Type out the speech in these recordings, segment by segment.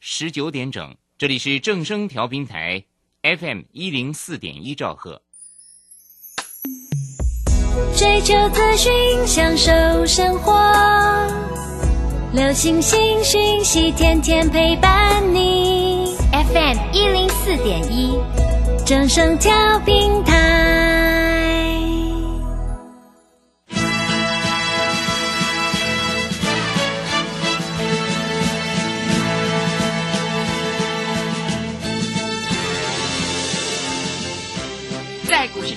十九点整，这里是正声调频台 FM 一零四点一兆赫。追求资讯，享受生活，流星星讯息，天天陪伴你。 FM 一零四点一，正声调频台，在股市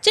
这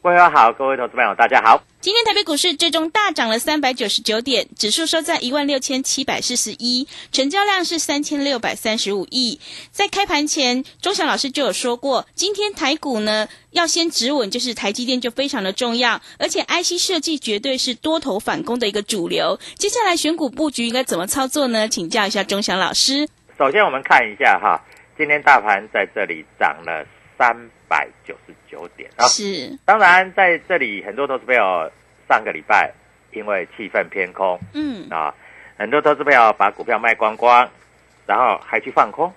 各位好，各位投资朋友，大家好。今天台北股市最终大涨了三百九十九点，指数收在一万六千七百四十一，成交量是三千六百三十五亿。在开盘前，钟祥老师就有说过，今天台股呢要先止稳，就是台积电就非常的重要，而且 IC 设计绝对是多头反攻的一个主流。接下来选股布局应该怎么操作呢？请教一下钟祥老师。首先我们看一下哈，今天大盘在这里涨了三百九十九点啊。是，当然，在这里很多投资朋友上个礼拜因为气氛偏空嗯，啊，很多投资朋友把股票卖光光，然后还去放空，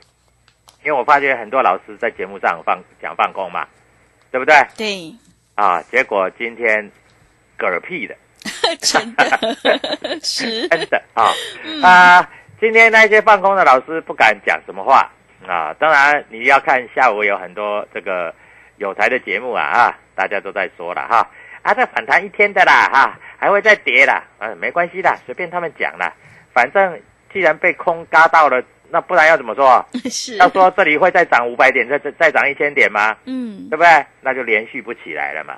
因为我发觉很多老师在节目上放讲放空嘛，对不对对，啊？结果今天嗝屁的，真的 是，真的啊啊！今天那些放空的老师不敢讲什么话啊。当然，你要看下午有很多这个有台的节目啊啊，大家都在说了哈啊，这反弹一天的啦哈、还会再跌啦，啊，没关系啦，随便他们讲啦，反正既然被空嘎到了，那不然要怎么说？是，要说这里会再涨五百点，再再再涨一千点吗？嗯，对不对？那就连续不起来了嘛。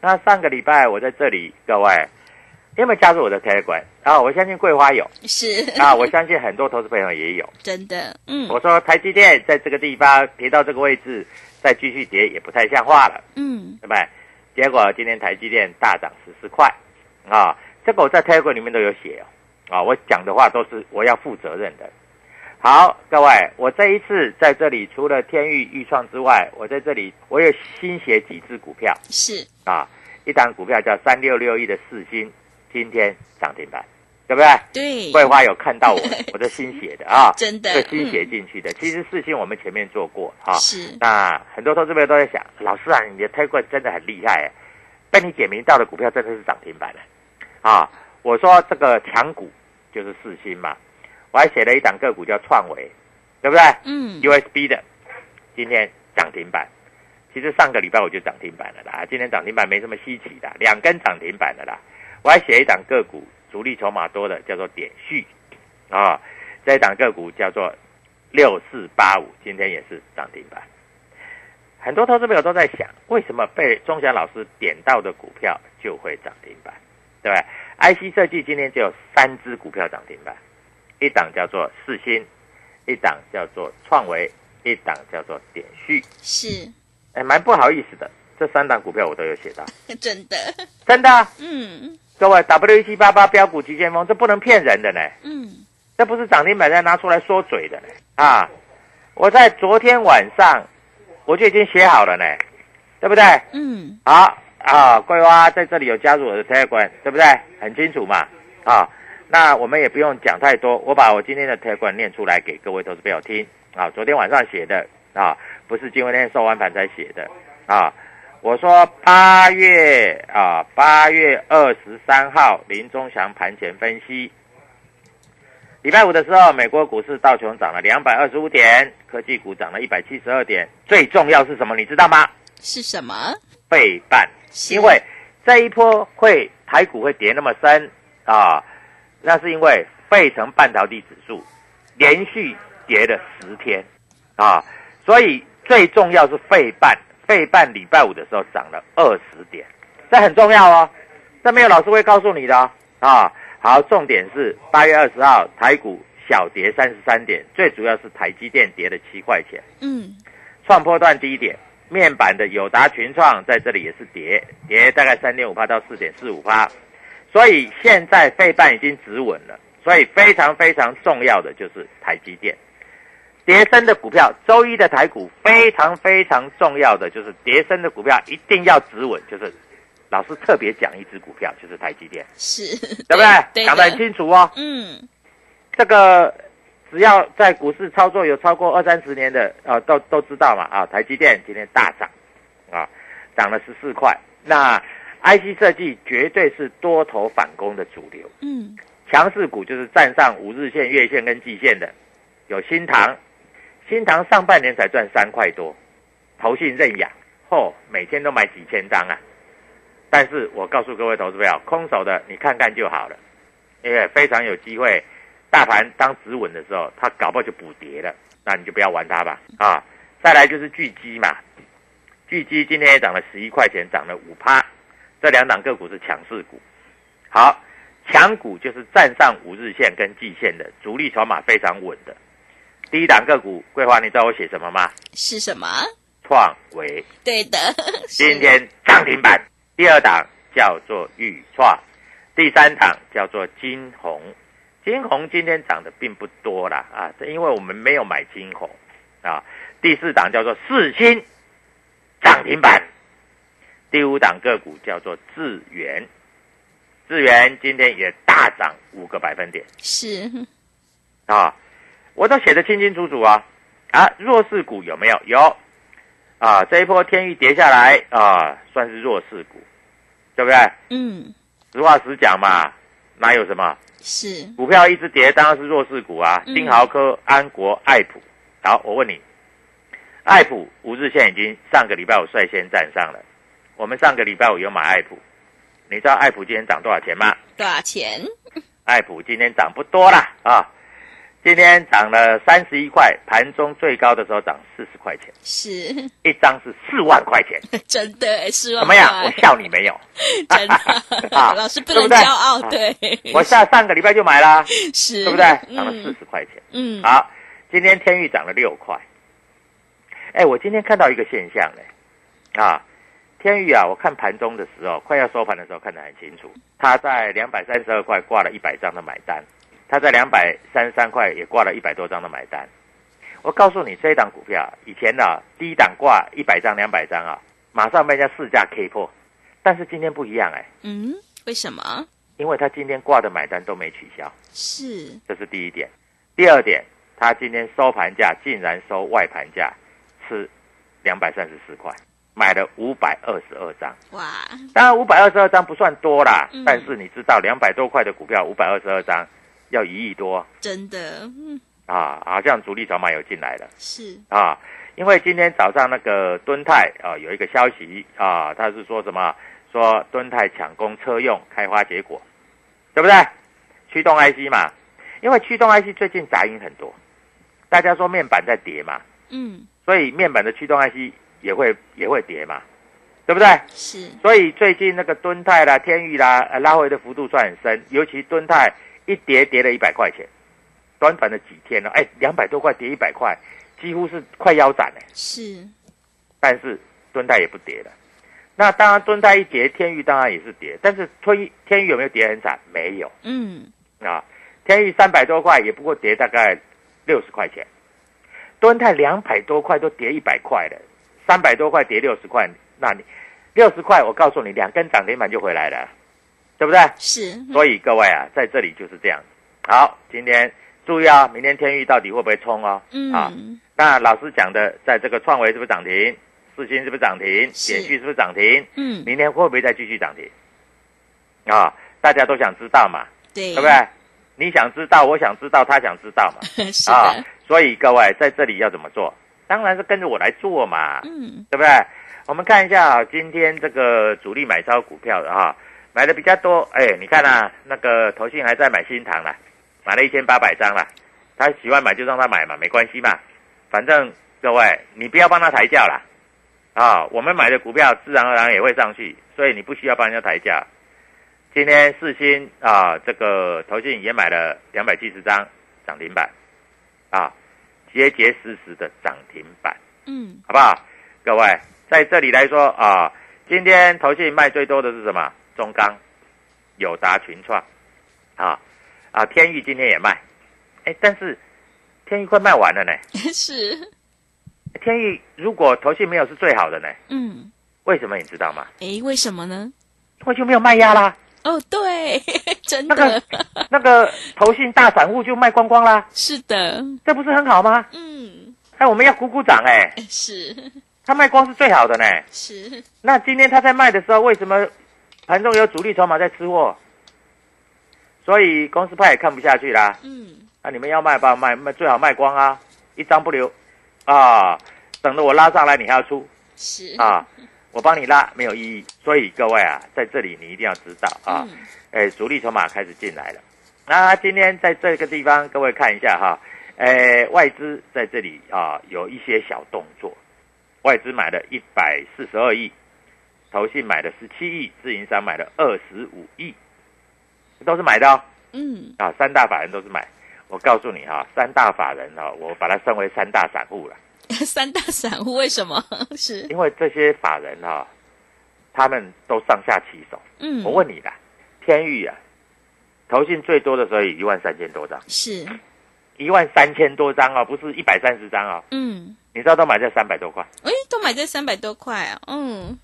那上个礼拜我在这里，各位你有没有加入我的 Telegram 啊？我相信桂花有是，啊，我相信很多投资朋友也有。真的，嗯我说台积电在这个地方跌到这个位置，再继续跌也不太像话了，嗯，对不对？结果今天台积电大涨十四块啊，这个我在 Telegram 里面都有写哦。啊，我讲的话都是我要负责任的。好，各位，我这一次在这里除了天域、豫创之外，我在这里我有新写几只股票。是，啊，一档股票叫三六六一的四星，今天涨停板，对不对？对，桂花有看到我，我的新写的啊，哎 真的嗯这新写进去的。其实四星我们前面做过啊，是，那很多投资朋友都在想，老师啊，你的推棍真的很厉害，被你解明到的股票真的是涨停板了啊！我说这个强股就是四星嘛，我还写了一档个股叫创维，对不对？嗯， USB 的，今天涨停板。其实上个礼拜我就涨停板了啦，今天涨停板没什么稀奇的，两根涨停板的啦。我还写一档个股，主力筹码多的叫做点序，啊，这一档个股叫做六四八五，今天也是涨停板。很多投资朋友都在想，为什么被钟祥老师点到的股票就会涨停板，对不对？IC 设计今天就有三只股票涨停板，一档叫做四星，一档叫做创维，一档叫做点序。是，哎，蛮不好意思的，这三档股票我都有写到， 真的，真的啊、嗯各位 W 一七八八标股急先锋，这不能骗人的呢，嗯，这不是涨停板再拿出来说嘴的呢啊！我在昨天晚上我就已经写好了呢，对不对？嗯，好啊，桂花在这里有加入我的 Telegram，对不对？很清楚嘛啊。那我们也不用讲太多，我把我今天的 Telegram 念出来给各位投资朋友听啊。昨天晚上写的啊，不是今天收完盘才写的啊。我说八月啊，八月二十三号林中祥盘前分析，礼拜五的时候，美国股市道琼涨了两百二十五点，科技股涨了一百七十二点，最重要是什么？你知道吗？是什么？背板，是因为这一波会台股会跌那么深啊，那是因为费城半导体指数连续跌了十天啊，所以最重要是费半，费半礼拜五的时候涨了二十点，这很重要哦，这没有老师会告诉你的哦啊。好，重点是八月二十号台股小跌三十三点，最主要是台积电跌了七块钱。嗯，创波段低点，面板的友达群创在这里也是跌，跌大概三点五帕到四点四五帕，所以现在费半已经止稳了，所以非常非常重要的就是台积电，跌升的股票，周一的台股非常非常重要的就是跌升的股票一定要止稳，就是老师特别讲一只股票，就是台积电，是，对不对？对讲得很的，清楚哦。嗯，这个只要在股市操作有超过二三十年的，呃，都都知道嘛啊，台积电今天大涨，啊，涨了十四块。那 IC 设计绝对是多头反攻的主流，嗯，强势股就是站上五日线、月线跟季线的，有新塘，新塘上半年才赚三块多，投信认养，嚯、每天都买几千张啊！但是我告诉各位投资朋友，空手的你看看就好了，因为非常有机会，大盘当止稳的时候，它搞不好就补跌了，那你就不要玩它吧啊！再来就是巨基嘛，巨基今天也涨了十一块钱，涨了五趴，这两档个股是强势股。好，强股就是站上五日线跟季线的主力筹码非常稳的。第一档个股，桂花，你知道我写什么吗？是什么？创维。对的，今天涨停板。第二档叫做豫创，第三档叫做金红。金红今天涨的并不多啦，啊，这因为我们没有买金红啊。第四档叫做四星，涨停板。第五档个股叫做智源，智源今天也大涨五个百分点。是是啊，我都写的清清楚楚啊。啊，弱势股有没有？有。啊，这一波天域跌下来啊，算是弱势股，对不对？嗯，实话实讲嘛，哪有什么是股票一直跌，当然是弱势股啊。嗯金豪科、安国、爱普。好，我问你，爱普五日线已经上个礼拜五率先站上了，我们上个礼拜五有买爱普，你知道爱普今天涨多少钱吗？多少钱？爱普今天涨不多啦啊，今天涨了三十一块，盘中最高的时候涨四十块钱，是一张是四万块钱，真的，是怎么样？我笑你没有，，真的 啊老师不对能不对啊骄傲，对，我下上个礼拜就买啦，是，对不对？涨了四嗯十块钱。嗯，好，今天天域涨了六块。哎，我今天看到一个现象呢，啊，天域啊，我看盘中的时候，快要收盘的时候看得很清楚，它在两百三十二块挂了一百张的买单，它在两百三十三块也挂了一百多张的买单。我告诉你，这一档股票啊以前呢、啊，第一档挂一百张、两百张啊，马上被人家市价 K 破，但是今天不一样哎，嗯，为什么？因为它今天挂的买单都没取消。是这是第一点。第二点，它今天收盘价竟然收外盘价，是两百三十四块，买了五百二十二张。哇，当然，五百二十二张不算多啦，嗯但是你知道，两百多块的股票，五百二十二张要一亿多真的，嗯，啊，好像主力筹码有进来了是啊。因为今天早上那个敦泰啊有一个消息啊，他是说什么？说敦泰抢攻车用开花结果，对不对？驱动 IC 嘛，因为驱动 IC 最近杂音很多，大家说面板在跌嘛，嗯，所以面板的驱动 IC 也会也会跌嘛，对不对？是所以最近那个敦泰啦、天域啦，呃拉回的幅度算很深，尤其敦泰一跌跌了一百块钱，短短的几天了，哎，两百多块跌一百块，几乎是快腰斩哎、是，但是敦泰也不跌了。那当然，敦泰一跌，天域当然也是跌，但是天天域有没有跌很惨？没有。嗯，啊，天域三百多块，也不过跌大概六十块钱。敦泰两百多块都跌一百块了，三百多块跌六十块，那你六十块，我告诉你，两根涨停板就回来了，对不对？是，所以各位啊，在这里就是这样。好，今天注意啊，明天天域到底会不会冲哦？啊，嗯，那老师讲的，在这个创维是不是涨停？四星是不是涨停？是点旭是不是涨停？嗯，明天会不会再继续涨停？啊，大家都想知道嘛，对，对不对？你想知道，我想知道，他想知道嘛，对？ 是啊的，，所以各位在这里要怎么做？当然是跟着我来做嘛，嗯，对不对？我们看一下啊，今天这个主力买超股票的啊，买的比较多。哎，你看啊，那个投信还在买新塘啦，买了一千八百张啦。他喜欢买就让他买嘛，没关系嘛。反正各位，你不要帮他抬价啦，啊，我们买的股票自然而然也会上去，所以你不需要帮人家抬价。今天四星啊，这个投信也买了两百七十张涨停板，啊，结结实实的涨停板。嗯， 好不好？各位，在这里来说啊，今天投信卖最多的是什么？中钢、友达、群创，啊啊，天域今天也卖，哎、但是天域快卖完了呢。哎是，天域如果投信没有是最好的呢，嗯，为什么你知道吗？诶，为什么呢？我就没有卖压啦，哦，对， 真那个的，那个投信大散户就卖光光啦，是的，这不是很好吗？嗯，哎，我们要鼓鼓掌哎、是 他卖光是最好的呢。是，那今天他在卖的时候，为什么盘中有主力筹码在吃货？所以公司派也看不下去啦。嗯，啊，你们要卖吧，卖卖最好卖光啊，一张不留啊，等着我拉上来你还要出是，啊，我帮你拉没有意义。所以各位啊，在这里你一定要知道啊，嗯，哎，主力筹码开始进来了。那今天在这个地方，各位看一下哈，哎，外资在这里啊有一些小动作，外资买了一百四十二亿，投信买了十七亿，自营商买了二十五亿，都是买的哦。嗯， 啊，三大法人都是买。我告诉你哈、三大法人哈、我把它称为三大散户了，三大散户为什么 是？因为这些法人哈、他们都上下其手。嗯，我问你啦，天域啊，投信最多的时候有一万三千多张，是，一万三千多张哦，不是一百三十张哦，嗯，你知道都买在三百多块，诶，都买在三百多块啊，嗯，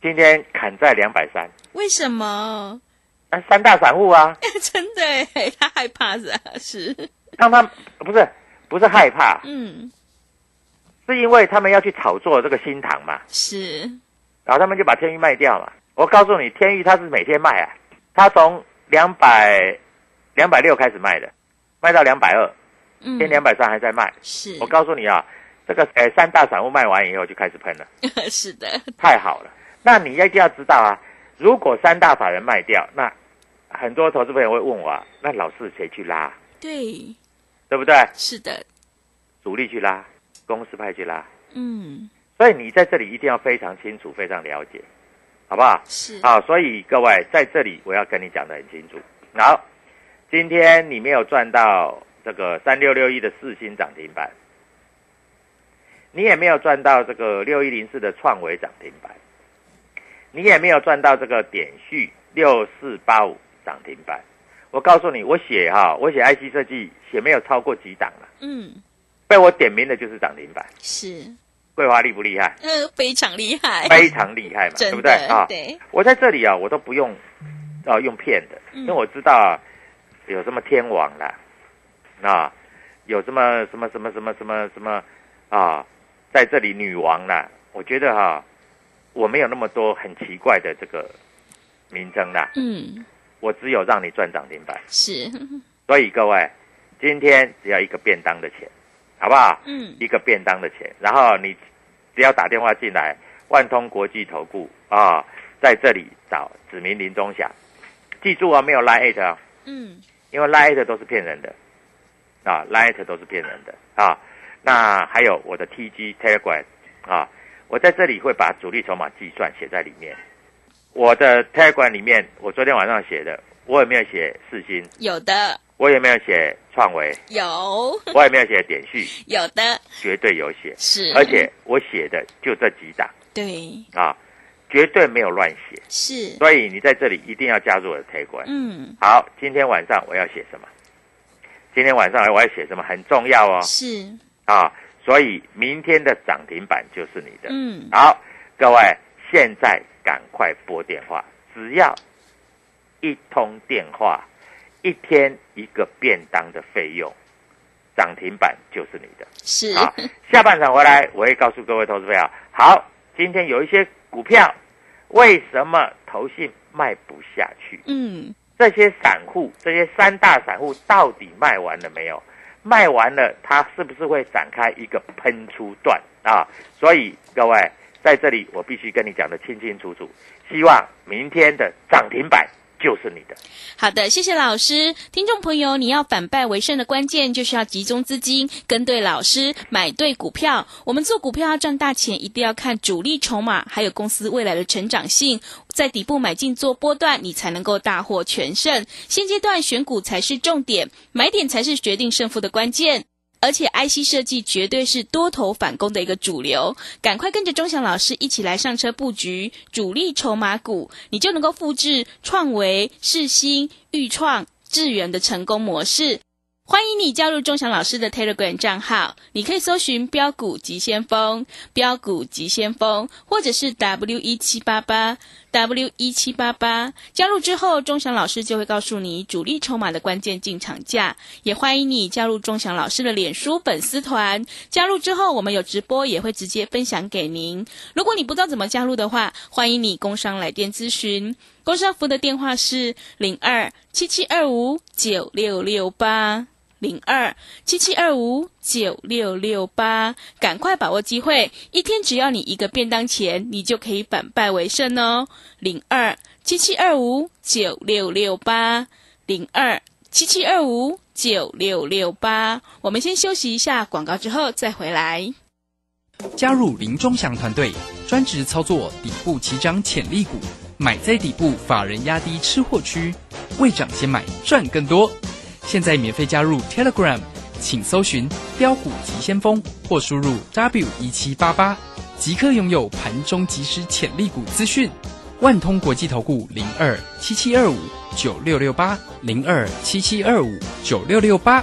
今天砍在两百三，为什么？ 那三大散户啊，真的诶， 他害怕是啊是，让他不是不是害怕，嗯，是因为他们要去炒作这个新塘嘛，是，然后他们就把天域卖掉嘛。我告诉你，天域它是每天卖啊，它从两百两百六开始卖的，卖到两百二，嗯，天两百三还在卖。是，我告诉你啊，这个诶三大散户卖完以后就开始喷了， 是的，太好了。那你一定要知道啊，如果三大法人卖掉，那很多投资朋友会问我、啊，那老是谁去拉，对，对不对？是的，主力去拉，公司派去拉，嗯，所以你在这里一定要非常清楚、非常了解，好不好？是，啊，所以各位在这里我要跟你讲得很清楚。好，今天你没有赚到这个三六六一的四星涨停板，你也没有赚到这个六一零四的创维涨停板，你也没有赚到这个点序六四八五涨停板。我告诉你，我写哈、我写 IC 设计写没有超过几档了，嗯，被我点名的就是涨停板，是，桂花厉不厉害？呃， 非常厉害， 非常厉害嘛，对真不的，对啊？对，我在这里啊，我都不用啊用骗的，嗯因为我知道啊有什么天王啦，啊，有什么什么什么什么什么什么啊，在这里女王啦，我觉得哈、我没有那么多很奇怪的这个名称啦，嗯，我只有让你赚涨停板。是，所以各位，今天只要一个便当的钱，好不好？ 嗯，一个便当的钱，然后你只要打电话进来，万通国际投顾啊，在这里找指明林中祥，记住啊，没有 line it 啊，嗯，因为 line it 都是骗人的啊，line it 都是骗人的啊。那还有我的 TG Telegram 啊，我在这里会把主力筹码计算写在里面。我的 Telegram 里面，我昨天晚上写的，我也没有写四星，有的，我也没有写创维，有，我也没有写点序，有的，绝对有写。是，而且我写的就这几档对，啊，绝对没有乱写，是，所以你在这里一定要加入我的推管。嗯，好，今天晚上我要写什么？今天晚上我要写什么很重要哦是，啊，所以明天的涨停板就是你的。嗯，好，各位现在赶快拨电话，只要一通电话，一天一个便当的费用，涨停板就是你的。是好，下半场回来我会告诉各位投资朋友，好，今天有一些股票为什么投信卖不下去？ 嗯，这些散户，这些三大散户到底卖完了没有？卖完了，它是不是会展开一个喷出段啊？所以各位在这里，我必须跟你讲的清清楚楚。希望明天的涨停板就是你的。好的，谢谢老师。听众朋友，你要反败为胜的关键就是要集中资金，跟对老师，买对股票。我们做股票要赚大钱，一定要看主力筹码，还有公司未来的成长性，在底部买进做波段，你才能够大获全胜。现阶段选股才是重点，买点才是决定胜负的关键。而且 IC 设计绝对是多头反攻的一个主流，赶快跟着钟祥老师一起来上车布局主力筹码股，你就能够复制创维、世新、裕创、智源的成功模式。欢迎你加入钟祥老师的 Telegram 账号，你可以搜寻“标股急先锋”、“标股急先锋”或者是 W 一七八八 W 一七八八。加入之后，钟祥老师就会告诉你主力筹码的关键进场价。也欢迎你加入钟祥老师的脸书粉丝团，加入之后我们有直播，也会直接分享给您。如果你不知道怎么加入的话，欢迎你工商来电咨询。工商服务的电话是零二七七二五九六六八。零二七七二五九六六八，赶快把握机会，一天只要你一个便当钱，你就可以反败为胜哦。零二七七二五九六六八，零二七七二五九六六八。我们先休息一下广告，之后再回来。加入林中祥团队，专职操作底部起涨潜力股，买在底部，法人压低吃货区，未涨先买赚更多。现在免费加入 Telegram，请搜寻“标股急先锋”或输入 W 一七八八，即刻拥有盘中即时潜力股资讯。万通国际投顾零二七七二五九六六八零二七七二五九六六八，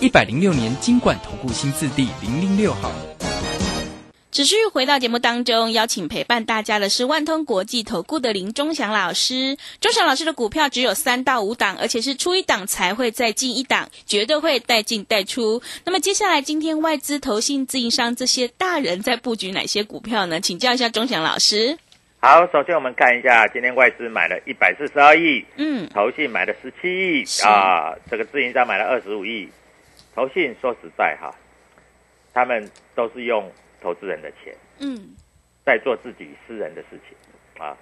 一百零六年经管投顾新字第零零六号。持续回到节目当中，邀请陪伴大家的是万通国际投顾的林忠祥老师。忠祥老师的股票只有三到五档，而且是出一档才会再进一档，绝对会带进带出。那么接下来，今天外资、投信、自营商这些大人在布局哪些股票呢？请教一下忠祥老师。好，首先我们看一下，今天外资买了一百四十二亿，嗯，投信买了十七亿是啊，这个自营商买了二十五亿。投信说实在哈，他们都是用投资人的钱嗯，在做自己私人的事情啊，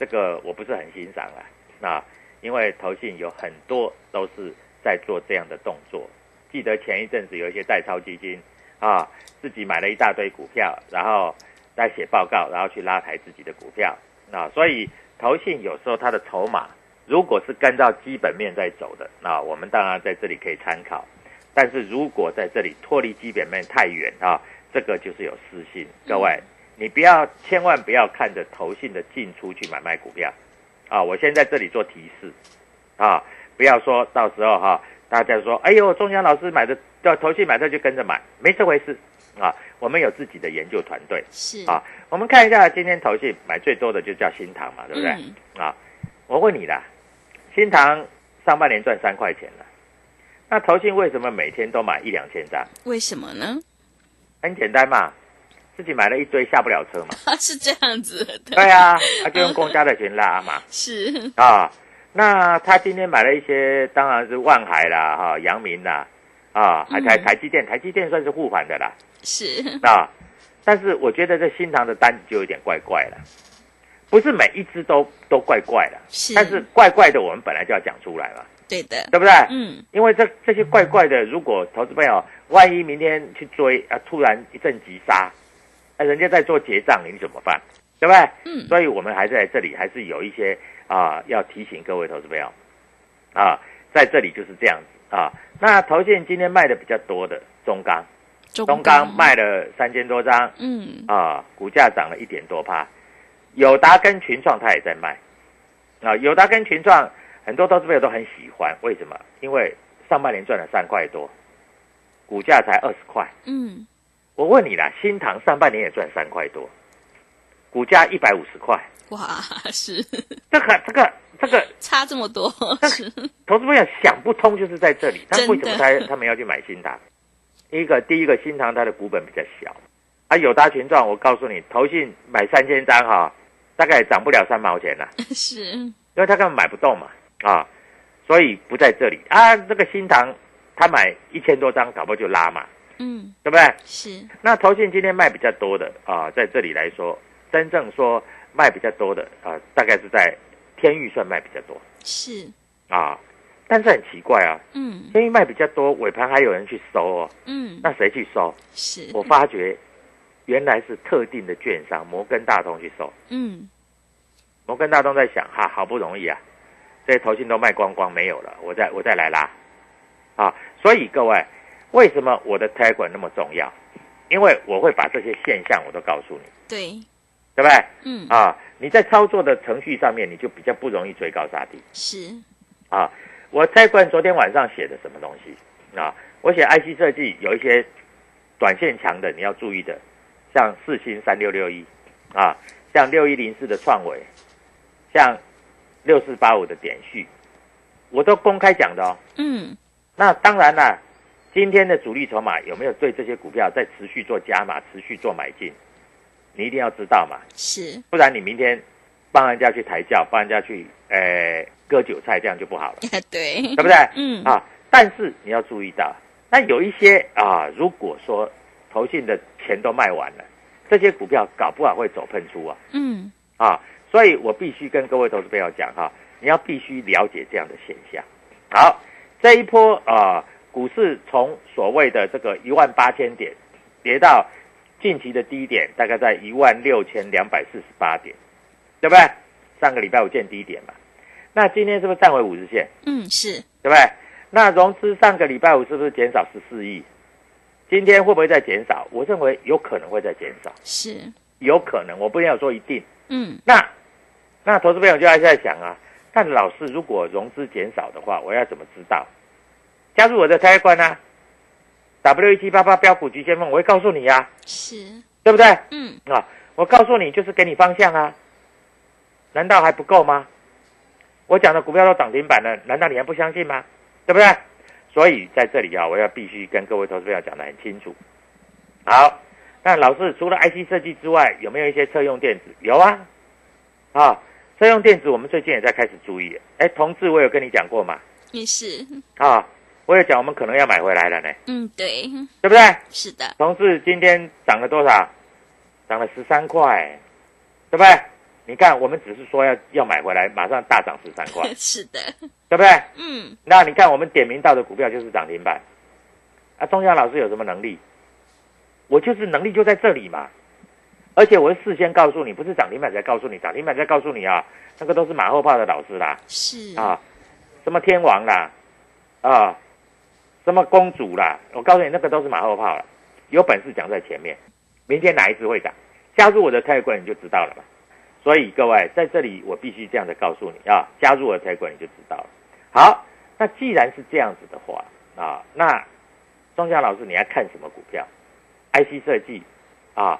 这个我不是很欣赏啊。那因为投信有很多都是在做这样的动作。记得前一阵子有一些代操基金啊，自己买了一大堆股票，然后再写报告，然后去拉抬自己的股票。那所以投信有时候它的筹码如果是跟到基本面在走的，那我们当然在这里可以参考。但是如果在这里脱离基本面太远啊，这个就是有私心。各位，你不要千万不要看着投信的进出去买卖股票啊！我先在这里做提示啊，不要说到时候哈、大家说哎呦，中央老师买的叫投信买的就跟着买，没这回事啊！我们有自己的研究团队。是啊，我们看一下今天投信买最多的就叫新塘嘛，对不对？嗯啊，我问你啦，新塘上半年赚三块钱了，那投信为什么每天都买一两千张？为什么呢？ 很简单嘛，自己买了一堆下不了车嘛。啊，是这样子 的，对啊，他就用公家的钱拉嘛。是，啊，那他今天买了一些，当然是万海啦、哈、阳明啦，啊，还台嗯台积电，台积电算是护盘的啦。是，啊，但是我觉得这新塘的单子就有点怪怪了，不是每一只都都怪怪的，是但是怪怪的我们本来就要讲出来嘛，对的，对不对？嗯，因为这这些怪怪的，如果投资朋友万一明天去追啊，突然一阵急杀，那人家在做结账，你怎么办？对不对？嗯所以我们还是在这里，还是有一些啊、要提醒各位投资朋友啊，在这里就是这样子啊。那投信今天卖的比较多的中钢，中钢卖了三千多张，嗯，啊，股价涨了一点多趴。友达跟群创它也在卖，啊，友达跟群创很多投资朋友都很喜欢，为什么？因为上半年赚了三块多，股价才二十块。嗯，我问你啦，新塘上半年也赚三块多，股价一百五十块，哇，是这个这个这个，差这么多，是，投资朋友想不通就是在这里，他真的为什么他他们要去买新塘？一个第一个新塘它的股本比较小，啊，友达群创，我告诉你，投信买三千张哈，大概也涨不了三毛钱了、是因为他根本买不动嘛，啊，所以不在这里啊。这个新塘他买一千多张，搞不好就拉嘛，嗯对不对？是那投信今天卖比较多的啊，在这里来说，真正说卖比较多的啊，大概是在天域算卖比较多是啊，但是很奇怪啊，嗯天域卖比较多，尾盘还有人去收哦，嗯那谁去收？是我发觉原来是特定的券商摩根大通去收，嗯摩根大通在想，哈，好不容易啊，这些投信都卖光光没有了，我再我再来拉，啊，所以各位，为什么我的 t a g 那么重要？因为我会把这些现象我都告诉你，对对不对？嗯啊，你在操作的程序上面，你就比较不容易追高杀低是啊。我再管昨天晚上写的什么东西啊？我写 IC 设计有一些短线强的你要注意的，像四星三六六一啊，像六一零四的创维，像六四八五的点序，我都公开讲的哦。嗯那当然啦，今天的主力筹码有没有对这些股票在持续做加码、持续做买进，你一定要知道嘛。是 不然你明天帮人家去抬轿，帮人家去呃割韭菜，这样就不好了，对对不对？嗯啊，但是你要注意到，那有一些啊，如果说投信的钱都卖完了，这些股票搞不好会走喷出啊嗯啊，所以我必须跟各位投资朋友讲哈、你要必须了解这样的现象。好，这一波啊，股市从所谓的这个一万八千点跌到近期的低点，大概在一万六千两百四十八点，对不对？上个礼拜五见低点嘛，那今天是不是站回五日线？嗯是对不对？那融资上个礼拜五是不是减少十四亿？今天会不会再减少？我认为有可能会再减少，是有可能，我不要说一定。嗯那那投资朋友就还是在想啊，但老师如果融资减少的话，我要怎么知道？加入我的财官啊，W 一七八八标股局先锋，我会告诉你呀、啊，是对不对？嗯啊，我告诉你就是给你方向啊，难道还不够吗？我讲的股票都涨停板了，难道你还不相信吗？对不对？所以在这里啊，我要必须跟各位投资朋友讲得很清楚。好，那老师除了 IC 设计之外，有没有一些车用电子？有啊，啊，车用电子我们最近也在开始注意了。哎，同志，我有跟你讲过嘛？也是啊，我有讲我们可能要买回来了呢，嗯对对不对？是的同志今天涨了多少？涨了十三块，对不对？你看，我们只是说要要买回来，马上大涨十三 块，是的对不对？嗯那你看我们点名到的股票就是涨停板，啊，钟祥老师有什么能力？我就是能力就在这里嘛，而且我是事先告诉你，不是涨停板才告诉你，涨停板才告诉你啊，那个都是马后炮的老师啦，是啊，什么天王啦，啊，什么公主啦，我告诉你，那个都是马后炮了。有本事讲在前面，明天哪一只会涨？加入我的泰国你就知道了嘛。所以各位在这里，我必须这样的告诉你啊，加入我的泰国你就知道了。好，那既然是这样子的话啊，那庄夏老师你要看什么股票？IC 设计啊，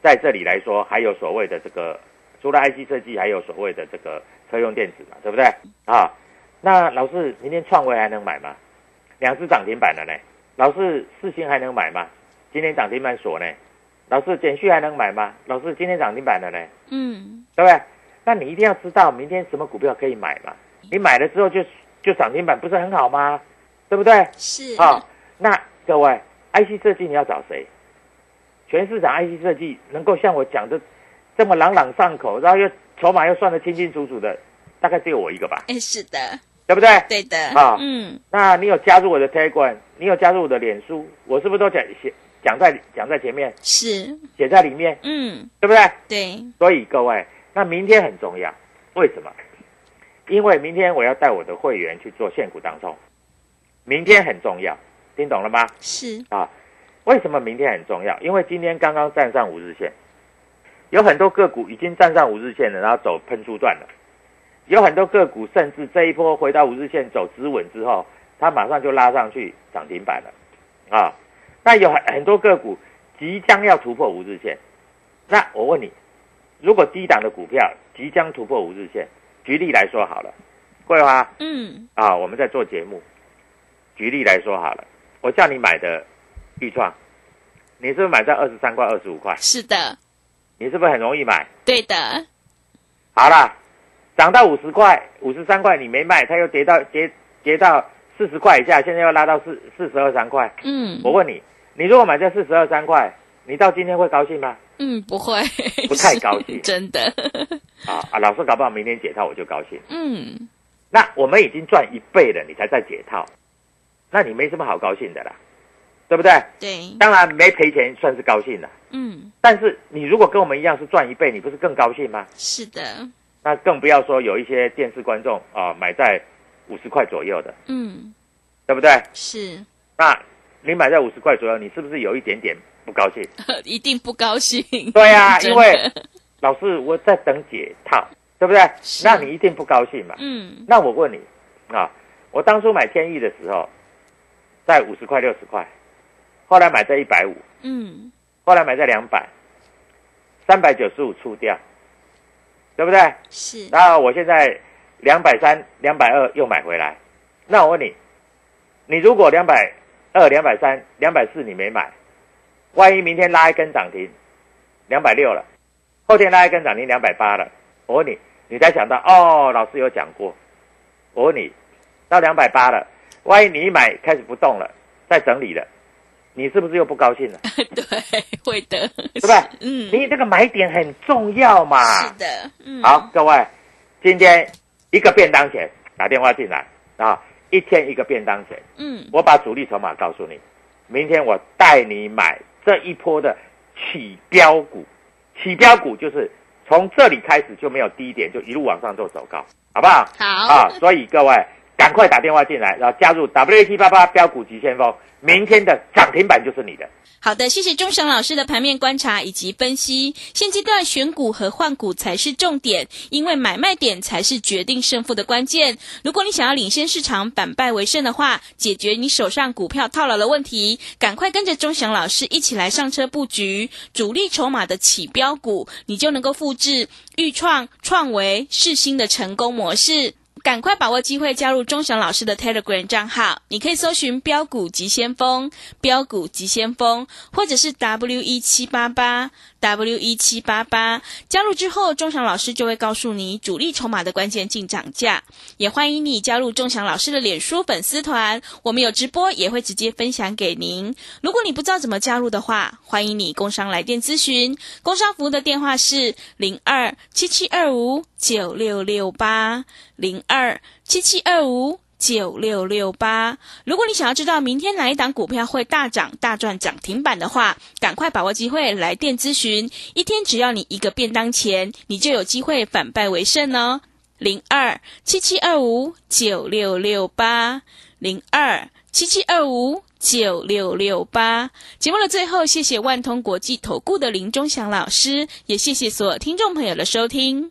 在这里来说，还有所谓的这个，除了 IC 设计，还有所谓的这个车用电子嘛，对不对？啊，那老师，明天创维还能买吗？两只涨停板了呢。老师，四星还能买吗？今天涨停板锁呢。老师，简讯还能买吗？老师，今天涨停板了呢，嗯对不对？那你一定要知道明天什么股票可以买嘛。你买了之后就就涨停板，不是很好吗？对不对？是啊，那各位，IC 设计你要找谁？全市场 IC 设计能够像我讲的这么朗朗上口，然后又筹码又算得清清楚楚的，大概只有我一个吧，哎是的对不对？对的啊嗯那你有加入我的 Telegram，你有加入我的脸书，我是不是都讲写讲在讲在前面，是写在里面，嗯对不对？对所以各位，那明天很重要，为什么？因为明天我要带我的会员去做现股当中，明天很重要，听懂了吗？是啊，为什么明天很重要？因为今天刚刚站上五日线，有很多个股已经站上五日线了，然后走喷出段了。有很多个股甚至这一波回到五日线走止稳之后，它马上就拉上去涨停板了，啊，那有很很多个股即将要突破五日线。那我问你，如果低档的股票即将突破五日线，举例来说好了，桂花，嗯啊，我们在做节目。举例来说好了，我叫你买的预创，你是不是买在二十三块、二十五块？是的，你是不是很容易买？对的，好啦，涨到五十块、五十三块你没卖，它又跌到跌跌到四十块以下，现在又拉到四四十二三块。嗯我问你，你如果买在四十二三块，你到今天会高兴吗？嗯，不会， 不太高兴是 真的，啊啊，老师搞不好明天解套我就高兴。嗯，那我们已经赚一倍了，你才在解套，那你没什么好高兴的啦，对不对？对，当然没赔钱算是高兴了，嗯，但是你如果跟我们一样是赚一倍，你不是更高兴吗？是的，那更不要说有一些电视观众啊、买在五十块左右的，嗯，对不对？是， 那你买在五十块左右，你是不是有一点点不高 兴？一定不高兴。对啊真的 因为老师，我在等解套，对不对？是那你一定不高兴嘛？嗯那我问你啊，我当初买天意的时候，在五十块六十块，后来买在一百五，嗯，后来买在两百，三百九十五出掉，对不对？是， 然后我现在两百三、两百二又买回来，那我问你，你如果两百二、两百三、两百四你没买，万一明天拉一根涨停，两百六了，后天拉一根涨停两百八了，我问你，你才想到哦，老师有讲过，我问你，到两百八了，万一你一买开始不动了，在整理了，你是不是又不高兴了？对，会的，对对吧？嗯，你这个买点很重要嘛。是的，嗯，好，，各位，今天一个便当钱打电话进来啊，一天一个便当钱，嗯，我把主力筹码告诉你，明天我带你买这一波的起标股，起标股就是从这里开始就没有低点，就一路往上做走高，好不好？啊好，，所以各位赶快打电话进来，然后加入 WAT 八八标股急先锋，明天的涨停板就是你的。好的，谢谢钟祥老师的盘面观察以及分析。现阶段选股和换股才是重点，因为买卖点才是决定胜负的关键。如果你想要领先市场、反败为胜的话，解决你手上股票套牢的问题，赶快跟着钟祥老师一起来上车布局主力筹码的起标股，你就能够复制豫创、创维、世新的成功模式。赶快把握机会加入钟祥老师的 Telegram 账号，你可以搜寻“标股急先锋”、“标股急先锋”，或者是 W 一七八八 W 一七八八。加入之后，钟祥老师就会告诉你主力筹码的关键进涨价。也欢迎你加入钟祥老师的脸书粉丝团，我们有直播，也会直接分享给您。如果你不知道怎么加入的话，欢迎你工商来电咨询，工商服务的电话是零二七七二五九六六八零二七七二五。九六六八，如果你想要知道明天哪一档股票会大涨、大赚涨停板的话，赶快把握机会来电咨询。一天只要你一个便当钱，你就有机会反败为胜哦。零二七七二五九六六八，零二七七二五九六六八。节目的最后，谢谢万通国际投顾的林忠祥老师，也谢谢所有听众朋友的收听。